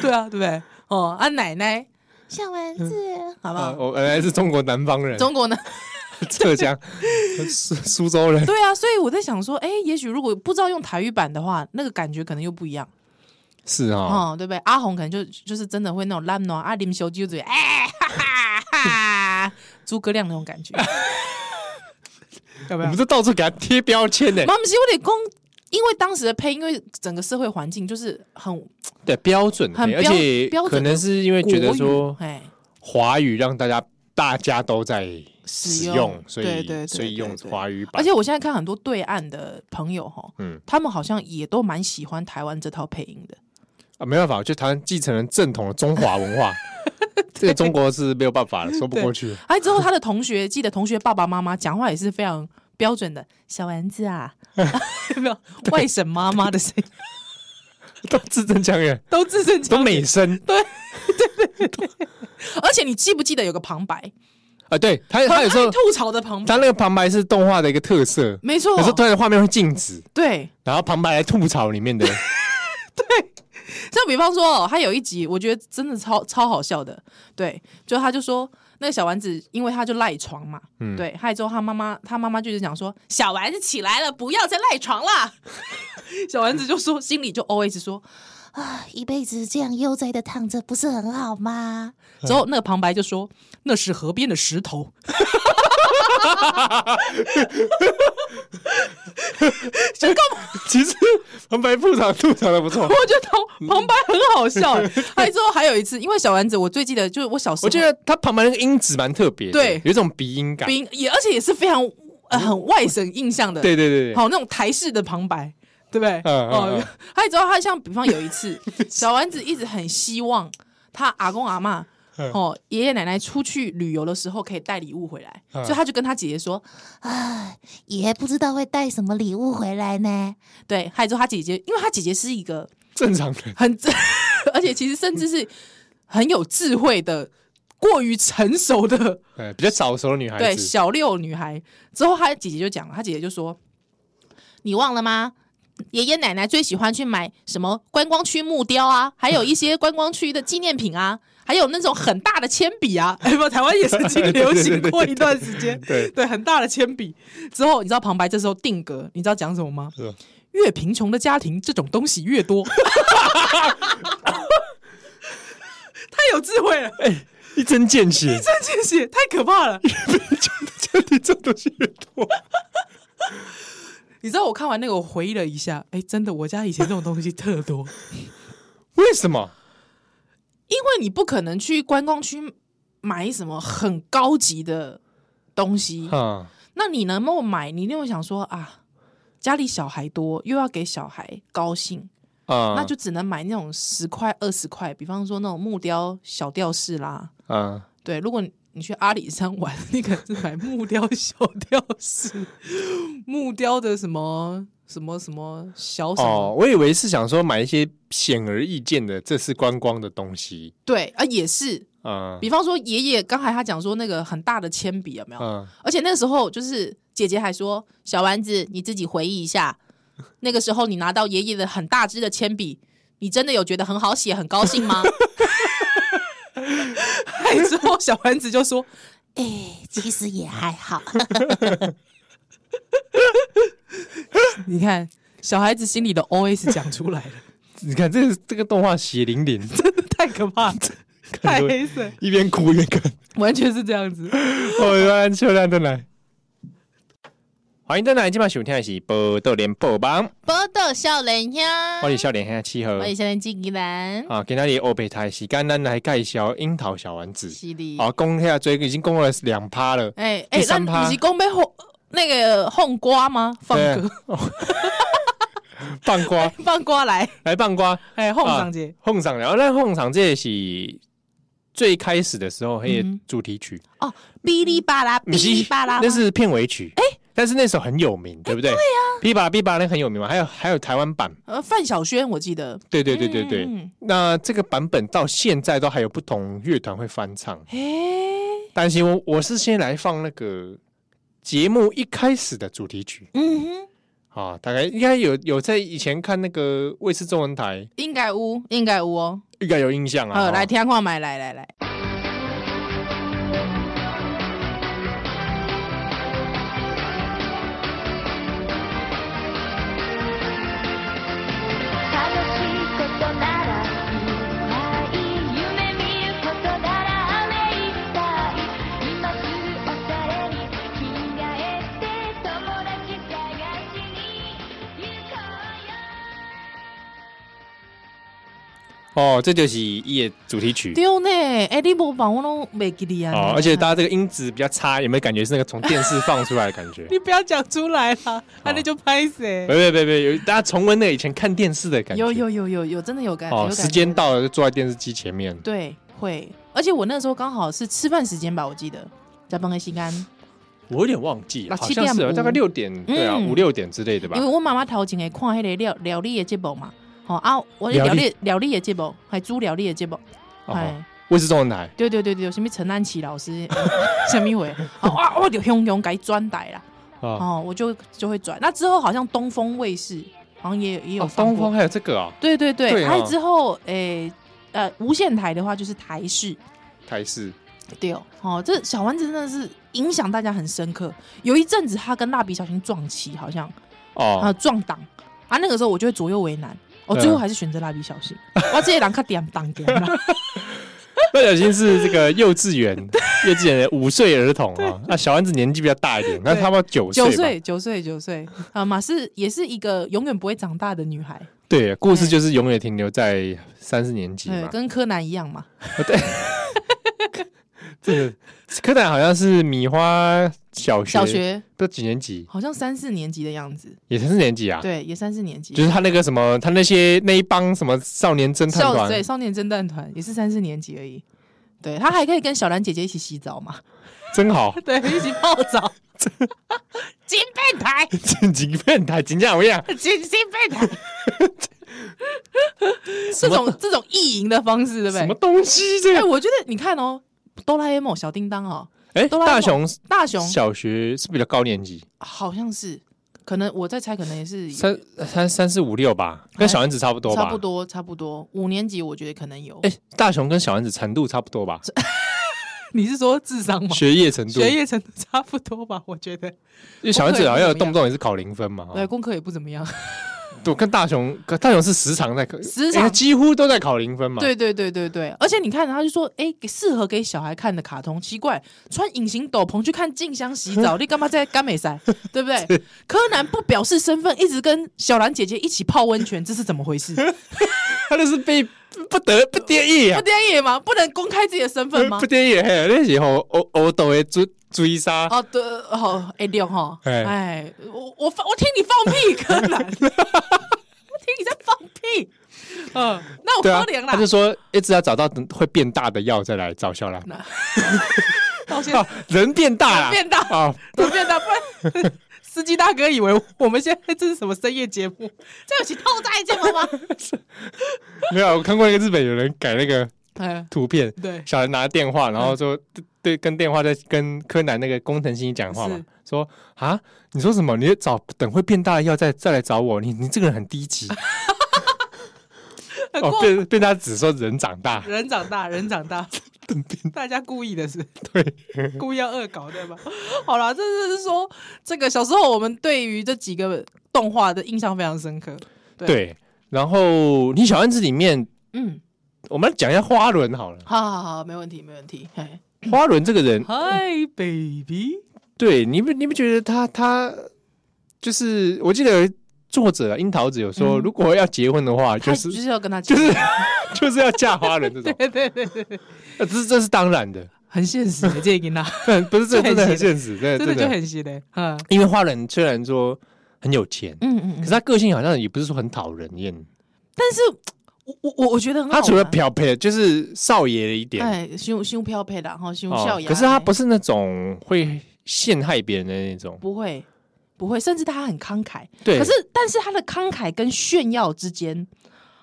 对啊，对不对？哦，啊奶奶，小丸子，好不啊，好？我原来是中国南方人，中国呢？浙江、 *laughs* 苏苏州人，对啊，所以我在想说，哎、也许如果不知道用台语版的话，那个感觉可能又不一样。是啊，哦，对不对？阿红可能就就是真的会那种烂暖阿林修就嘴，哎哈哈哈，诸葛亮那种感觉，有我没有们？都到处给他贴标签呢，妈姆西我得公，因为当时的配，因为整个社会环境就是很对，标准很配，而标且标准的可能是因为觉得国说语哎华语让大家大家都在使使用用，所对对对以所以对用对华语版，而且我现在看很多对岸的朋友哈，嗯他们好像也都蛮喜欢台湾这套配音的。啊，没办法，就台湾继承了正统的中华文 *laughs* 化，这个中国是没有办法的，说不过去。哎，之后他的同学，记得同学爸爸妈妈讲话也是非常标准的，小丸子啊，嗯有 *laughs* 没有外省妈妈的声音，都字正腔圆，都字正腔都美声而且你记不记得有个旁白？啊！对他，他有时很爱候吐槽的旁白，他那个旁白是动画的一个特色，没错有时，候突然画面会静止，对。然后旁白来吐槽里面 *laughs* 的就比方说，哦他有一集我觉得真的超超好笑的，对，就他就说那个小丸子，因为他就赖床嘛，嗯对，害之后他妈妈他妈妈就是讲说小丸子起来了，不要再赖床啦。 *laughs* 小丸子就说心里就 always 说，啊，一辈子这样悠哉的躺着不是很好吗？之后那个旁白就说那是河边的石头， *laughs* 其实旁白部长吐槽的不错，我觉得旁旁白很好笑、欸。还之后还有一次，因为小丸子，我最记得就是我小时嗯候，我觉得他旁白那个音质蛮特别的，对有一种鼻音感。冰也而且也是非常、呃、很外省印象的，嗯对对对对，好那种台式的旁白，对不对？嗯嗯哦嗯，还有之后他像比方有 *laughs* 一次，小丸子一直很希望他阿公阿妈。嗯哦，爷爷奶奶出去旅游的时候可以带礼物回来，嗯所以他就跟他姐姐说，唉，也不知道会带什么礼物回来呢。对，还有之后他姐姐，因为他姐姐是一个正常人。很 *laughs* 智，而且其实甚至是很有智慧的，过于成熟的呃，比较早熟的女孩对子，小六女孩。之后她姐姐就讲了，她姐姐就说：“你忘了吗？爷爷奶奶最喜欢去买什么观光区木雕啊，还有一些观光区的纪念品啊，还有那种很大的铅笔啊。 *laughs* 哎，不，台湾也曾经流行过一段时间，对，对，很大的铅笔。之后你知道旁白这时候定格，你知道讲什么吗？是吧越贫穷的家庭，这种东西越多。 *laughs* 太有智慧了，一针见 *laughs* 血，这件事太可怕了。这里这东西越多，你知道我看完那个，我回忆了一下，哎，真的，我家以前这种东西特多， *laughs* 为什么？因为你不可能去观光区买什么很高级的东西，啊，那你能够买，你一定会想说啊，家里小孩多，又要给小孩高兴，啊，那就只能买那种十块、二十块，比方说那种木雕小吊饰啦，啊，对，如果你你去阿里山玩，你可能是买木雕小吊饰， *laughs* 木雕的什么什么什么小什么，哦，我以为是想说买一些显而易见的，这是观光的东西，对啊，也是。啊，比方说爷爷刚才他讲说那个很大的铅笔有没有？啊，而且那时候就是姐姐还说小丸子你自己回忆一下， *laughs* 那个时候你拿到爷爷的很大支的铅笔，你真的有觉得很好写很高兴 *laughs* 吗？还之后小丸子就说哎，其实也还好。你看，小孩子心里的 OS 讲出来了， *laughs* 你看这个这个动画血淋淋， *laughs* 太可怕了，太黑色，一边哭一边看，完全是这样子。我哦安秋兰的来。欢迎登来，今晚收听的是《波豆连播榜》，波豆笑人呀我是笑脸黑七号我是金吉兰，啊，今天的欧北台是简单来介绍樱桃小丸子。犀利。好，攻下追已经攻了两趴了，哎第哎，那三趴你是公被哄那个哄瓜吗？放歌对棒 *laughs* 瓜放瓜来，来棒瓜，哎，哄上姐哄上了。那哄上这也是最开始的时候，黑嗯主题曲，哦，哔哩吧啦，不哔哩吧啦，那是片尾曲。哎，但是那首很有名，对不对？对啊呀，哔吧哔吧那很有名嘛，还有还有台湾版，呃范晓萱，我记得，对对对对对。嗯，那这个版本到现在都还有不同乐团会翻唱，哎，但是我我是先来放那个节目一开始的主题曲嗯哼，啊，大概应该有有在以前看那个卫视中文台。应该有，应该有哦，应该有印象啊。好，哦来听看买，来来来，楽しいことならいない夢見ることなら目いっぱい今すぐおしゃれに着替えて友達探しに行こうよ哦，这就是夜主题曲丢呢，哎，你无帮我拢袂记得哦啊，，而且大家这个音质比较差，有没有感觉是那个从电视放出来的感觉 *laughs* ？你不要讲出来啦，那你就拍谁别？别别别，有大家重温那以前看电视的感觉。有有有有有，真的有感，有哦，感时间觉到了就坐在电视机前面。对会，而且我那时候刚好是吃饭时间吧，我记得在帮个西干，我有点忘记了，啊好7像是点哦五大概六点，对啊，嗯五六点之类的吧因为。我妈妈头前会看迄个料料理的节目嘛，哦啊，我料料理理料理的节目，还煮料理的节目，哎、哦，卫视中文台对对对对，有什么陈安琪老师， *laughs* 什么回，哦啊，我就汹汹改转台啦，啊，哦，我就就会转。那之后好像东风卫视好像也有也有哦放东过方，还有这个啊，对对对对，哦还有之后诶呃无线台的话就是台视，台视对哦，哦，这小丸子真的是影响大家很深刻。有一阵子他跟蜡笔小新撞期，好像啊哦，撞档啊，那个时候我就会左右为难，我、对啊最后还是选择蜡笔小新。哇，这些人较点当点啦， *laughs* 那小新是这个幼稚园幼稚园的五岁儿童啊，那小丸子年纪比较大一点，那对他们九九吧岁，九岁，九岁啊！马是也是一个永远不会长大的女孩，对，故事就是永远停留在三四年级对，嘛。呃跟柯南一样嘛。这个柯南好像是米花小学，小学不知道几年级，好像三四年级的样子，也是四年级啊。对，也三四年级。就是他那个什么，他那些那一帮什么少年侦探少团，对少年侦探团也是三四年级而已。对他还可以跟小兰姐姐一起洗 *laughs* 澡嘛？真好，对，一起泡澡。金变态，这几片台金价怎么样？金金变态。这种这种意淫的方式，对不什么对？东西这哎，个？我觉得你看哦，哆啦 A 梦、小叮当哦，哎、哆啦 A 大梦雄大雄小学是比较高年级，好像是，可能我在猜，可能也是三三三四五六吧，跟小丸子差不多吧。差不。多，差不多五年级，我觉得可能有。哎、大雄跟小丸子程度差不多 *laughs* 吧？你是说智商吗？学业程度，学业程度差不多吧， *laughs* 我觉得。因为小丸子好像有动不功课也不怎么样动也是考零分嘛。哈对，功课也不怎么样。对，跟大雄，可大雄是时常在考，时哎常他几乎都在考零分嘛。对对对对对，而且你看，他就说，哎、给适合给小孩看的卡通，奇怪，穿隐形斗篷去看静香洗 *laughs* 澡，你干嘛在干美赛，对不对？柯南不表示身份，一直跟小兰姐姐一起泡温泉，这是怎么 *laughs* 回事？不他就是被不得不得意啊，电影吗？不能公开自己的身份吗不？得意，嘿，那时候欧欧斗的追追杀，哦，对，哦，哎六哈，哎哎，我我放我听你放屁，柯 *laughs* 南，我听你在放屁，嗯，那我对啊可怜，他就啦，说一直要找到会变大的药再来找小兰。到现在啊，人变大了，人变大啊，怎么变大？不 *laughs* 然司机大哥以为我们现在这是什么深夜节目？在一起透在节目 *laughs* 吗？没有，我看过一个日本有人改那个哎，图片，对嗯小兰拿电话，然后说对对，跟电话在跟柯南那个工藤新一讲话嘛是，说啊，你说什么？你找等会变大的药再再来找我，你你这个人很低级。很哦，过被被他只说人长大，人长大，人 *laughs* 长大，大家故意的是对，故意要恶搞对吧？好啦，这就是说，这个小时候我们对于这几个动画的印象非常深刻。对。然后你小丸子里面，嗯，我们来讲一下花轮好 *coughs* 了。好好好，没问题，没问题。嘿花轮这个人，嗨，baby，对你不你不觉得他他就是我记得作者啊樱桃子有说，嗯如果要结婚的话，就他是就是要跟他 *laughs* 就就是就是要嫁花轮这种， *laughs* 对对对对对，呃这是这是当然的，很现实的，建 *laughs* 议他，不是这就很真的很现现实，真的真的就真的，很现的。嗯因为花轮虽然说很有钱，嗯嗯可是他个性好像也不是说很讨人厌，但是我我我我觉得很好他玩，除了漂配就是少爷了一点，哎，胸胸飘配的哈，胸哦笑牙。可是他不哎是那种会陷害别人的那种，不会不会，甚至他很慷慨。对。可是但是他的慷慨跟炫耀之间，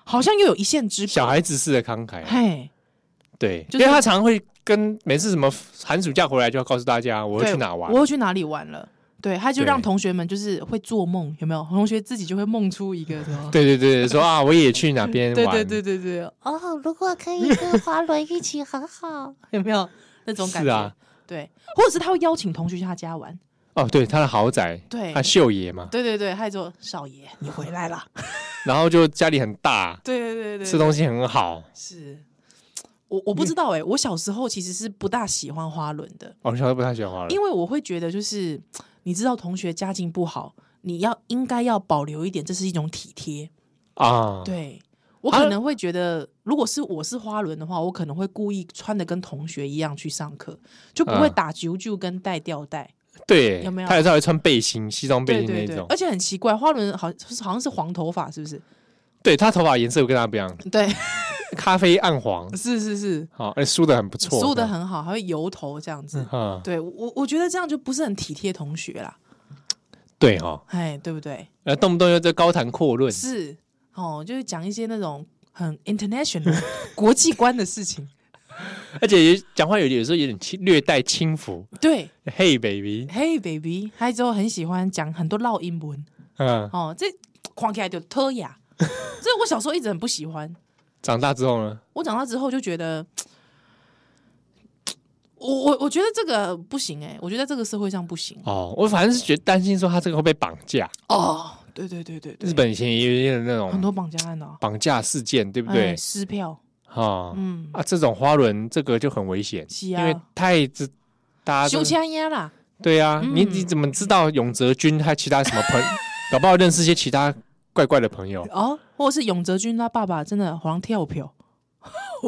好像又有一线之隔。小孩子式的慷慨，啊嘿，对，就是因为他常会跟每次什么寒暑假回来就要告诉大家我要对去哪玩我，要去哪里玩了。对，他就对让同学们就是会做梦，有没有？同学自己就会梦出一个什么？对对对，说啊我也去哪边玩，对对对对对，哦，如果可以跟滑轮一起，很好。有没有那种感是觉？啊对，或者是他会邀请同学去他家玩。哦，对他的豪宅，对他秀爷嘛，对对对，他还说少爷你回来了。然后就家里很大，对对对对，吃东西很好。是我我不知道哎、我小时候其实是不大喜欢花轮的，哦，你小时候不太喜欢花轮因，为我会觉得就是你知道同学家境不好，你要应该要保留一点，这是一种体贴。啊，对我啊可能会觉得，如果是我是花轮的话，我可能会故意穿的跟同学一样去上课，就不会啊打啾啾跟带吊带。对，有没有他有时候还穿背心、西装背 *laughs* 对心对那对种，而。且很奇怪，花轮好好像是黄头发，是不是？对他头发颜色跟他不一样，对，咖啡暗黄， *laughs* 是是是，好，而且梳的很不 *laughs* 错，梳的很嗯好，还会油头这样子。啊，对我我觉得这样就不是很体贴同学啦，对哈，哎，对不对？呃，动不动又在高谈阔论，是哦，就是讲一些那种很 international *laughs* 国际观的事情。而且也讲话有有时候有点轻，略带轻浮。对 Hey baby， ，Hey baby，还之后很喜欢讲很多绕英文嗯，哦，这狂起来就特 *laughs* 雅。这我小时候一直很不喜欢，长大之后呢？我长大之后就觉得，我我我觉得这个不行哎、我觉得在这个社会上不行哦，我反正是觉得担心说他这个会被绑架。哦。对对对对对，日本以前也有那很种多绑架案哦，哎绑架事件，对不对哎？撕票，哈、嗯，啊，这种花轮这个就很危险，是因啊为太知大家修都枪烟啦，对啊，嗯你你怎么知道永泽君还有其他什么 *laughs* 朋搞不好认识一些其他怪怪的朋友，哦，或者是永泽君他爸爸真的好像跳票，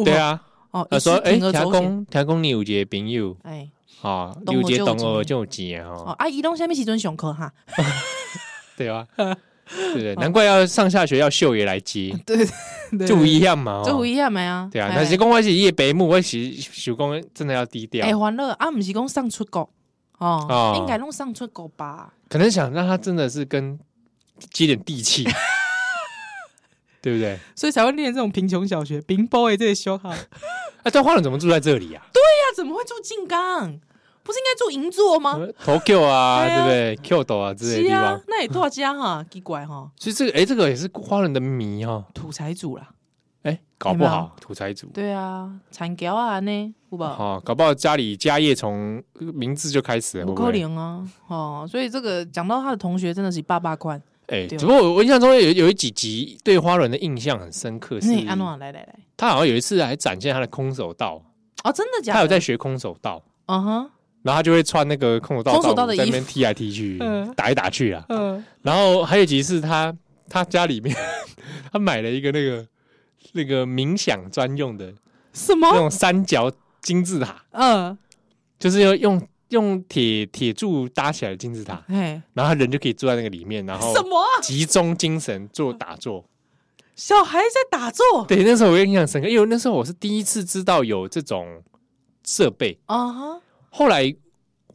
对，啊，哦，他说哎，哎，铤而条走险公条公你有一个朋友哎，啊，懂有我一就个有同学钱就有钱哦哈，啊，移动下面时阵上课哈，对 *laughs* 啊，对不对？难怪要上下学要秀爷来接， *laughs* 对就一样嘛，哦这有样。一样没啊？对啊，哎但是讲我是叶白目，我是想讲真的要低调哎，，欢乐啊，不是讲上出国哦哦，应该弄上出国吧？可能想让他真的是跟接点地 *laughs* 气，对不对？所以才会念这种贫穷小学，贫包哎，这些修好。啊，那这花轮怎么住在这里啊？怎么会住静冈？不是应该住银座吗？投 Q 啊，对对啊不对？Q 斗啊之类的是地方啊，，那也多家哈，奇怪哈，所以这个哎、这个也是花轮的迷哈、哦，土财主啦。哎、搞不有没有好土财主，对啊，产桥啊呢，有吧？哦，搞不好家里家业从呃名字就开始了，不会不可会？能啊，哦，所以这个讲到他的同学真的是爸爸宽。哎、对只不过我我印象中有有一几集对花轮的印象很深刻，是那安诺来来来，他好像有一次还展现他的空手道，哦，真的假的？他有在，学空手道，嗯哼，然后他就会穿那个空手道空手道服的在衣那边踢来踢去，嗯打来打去啊。嗯，然后还有一集是他他家里面 *laughs* 他买了一个那个那个冥想专用的什那么？种三角金字塔。嗯，就是要用用铁铁柱搭起来的金字塔，哎，然后他人就可以坐在那个里面，然后什么啊？集中精神做打坐。小孩在打坐？对，那时候我印象深刻，因为那时候我是第一次知道有这种设备，啊哈，后来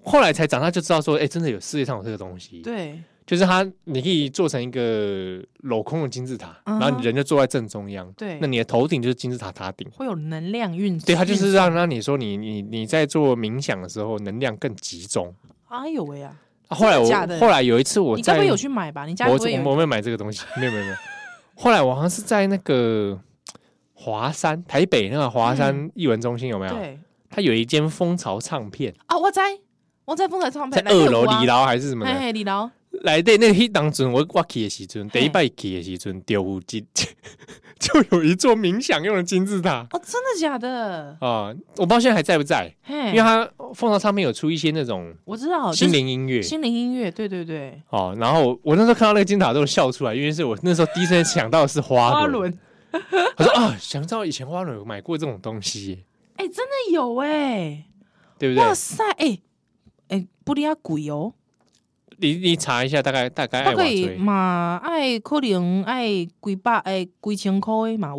后来才长大就知道说，哎、真的有世界上有这个东西。，对，就是它，你可以做成一个镂空的金字塔，嗯哼然后你人就坐在正中央，对那你的头顶就是金字塔塔顶。会有能量运。对，它就是。让让你说你你你在做冥想的时候能量更集中。哎呦喂啊！啊后来真我的假的后来有一次我你在该不会有去买吧？你家我不我会我有？没有买这个东西， *laughs* 没有没有没有。后来我好像是在那个华山台北那个华山艺文中心有没有？嗯对它有一间蜂巢唱片，啊，我在，我在风采唱在片二楼里，楼还是什么哎，的？嘿里楼，来对，那个当中我我去的时阵，嘿第一拜去的时阵，丢五金 *laughs* 就有一座冥想用的金字塔哦，真的假的？啊、我不知道现在还在不在，嘿，因为它蜂巢唱片有出一些那种我知道，心就是灵音乐。心灵音乐，对对对，哦，然后我我那时候看到那个金字塔都笑出来，因为是我那时候第一声想到的是花轮，，我说啊，想到以前花轮有买过这种东西耶，哎，真的有哎，对不哇对？塞，哎哎，布利亚鬼哦，你你查一下，大概大概爱大瓦概追嘛爱可能爱几百哎几千块的嘛有，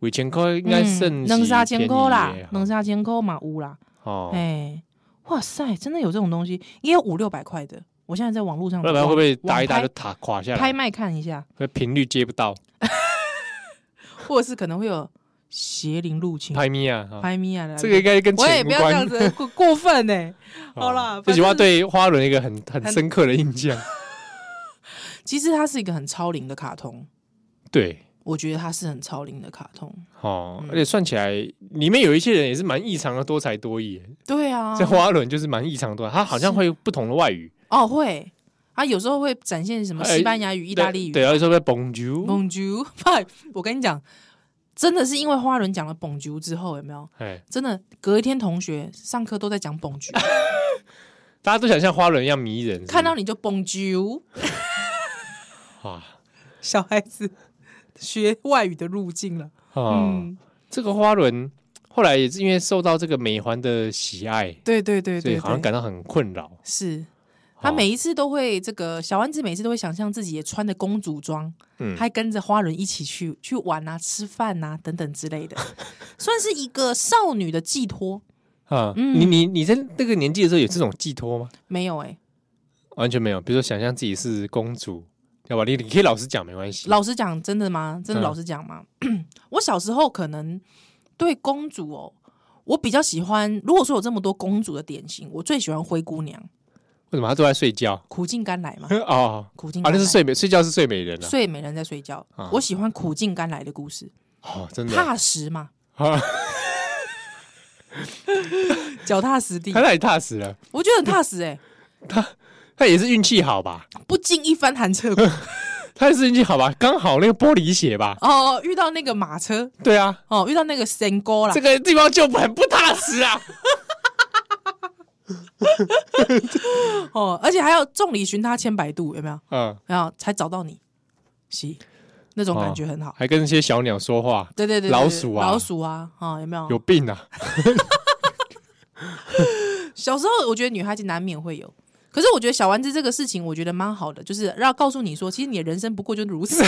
五千块应该剩嗯两三几千便宜块啦耶，两三千块嘛有啦，哦，哎，哇塞，真的有这种东西，也有五六百块的，我现在在网络上不然会不会打一打网就拍塔垮下拍来？卖看一下，会频率接不到，或者是可能会有邪灵入侵。拍咪啊，啊拍咪啊！这个应该跟嗯我也钱不无要这样关。哦子过 *laughs* 过分呢、好啦了，这句话反正对花轮一个很很很深刻的印 *laughs* 象。其实它是一个很超龄的卡通，对，我觉得它是很超龄的卡通。哦，嗯而且算起来，里面有一些人也是蛮异常的多才多艺耶。对啊，这花轮就是蛮异常多，他好像是会不同的外语，哦会，它有时候会展现什么西班牙语、意大利语。哎对，啊对而且说会 Bonjour， ，Bonjour，拜我跟你讲，真的是因为花轮讲了 Bonjour 之后，有没有？哎，真的隔一天同学上课都在 *laughs* 讲 Bonjour，大家都想像花轮一样迷人，是不是看到你就 Bonjour，啊小孩子学外语的路径了。啊，嗯，这个花轮后来也是因为受到这个美环的喜爱，对对对所以对，好像对感到很困扰。是他哦每一次都会这个小丸子每次都会想象自己也穿着公主装，嗯还跟着花轮一起去去玩啊、吃饭啊等等之类的，算是一个少女的寄托。啊，嗯你你你在那个年纪的时候有这种寄托吗？没有哎、完全没有，比如说想象自己是公主，对吧？你你可以老实讲，没关系。老实讲，真的吗？真的嗯老实讲吗？ *clears throat* 我小时候可能对公主哦，我比较喜欢。如果说有这么多公主的典型，我最喜欢灰姑娘，为什么他都在睡觉？，苦尽甘来嘛哦，苦尽啊，甘那来。是睡美睡觉是睡美人啊。睡美人在睡觉，啊我喜欢苦尽甘来的故事，哦，真的。踏实嘛， *laughs* 啊，脚踏实地他，太踏实了，我觉得很踏实哎、他也是运气好吧？ *laughs* 不经一番寒彻骨，他的事情就好吧，刚好那个玻璃鞋吧，哦，遇到那个马车，对 *laughs* 啊，哦，遇到那个神沟啦这，个地方就很不踏实啊。 *laughs* 哦，而且还有众里寻他千百度，有没有？嗯，然后才找到你，是那种感觉很好。还跟那些小鸟说话，对对对，对哦老鼠啊老鼠啊，啊，有没有？有病啊！ *laughs* 小时候我觉得女孩子难免会有，可是我觉得小丸子这个事情，我觉得蛮好的，就是让告诉你说，其实你的人生不过就如此， *laughs*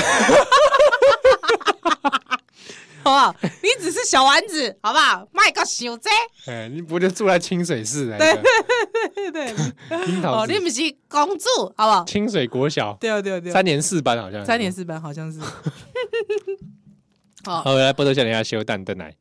好不好？你只是小丸子，好不好？卖个小子，哎，你不就住在清水寺来的？对对，樱桃哦，子你不是公主，好不好？清水国小对啊对啊对啊三，年四班好像 *laughs* 三年四班好像是。哦，好，来波多笑脸要修蛋蛋来，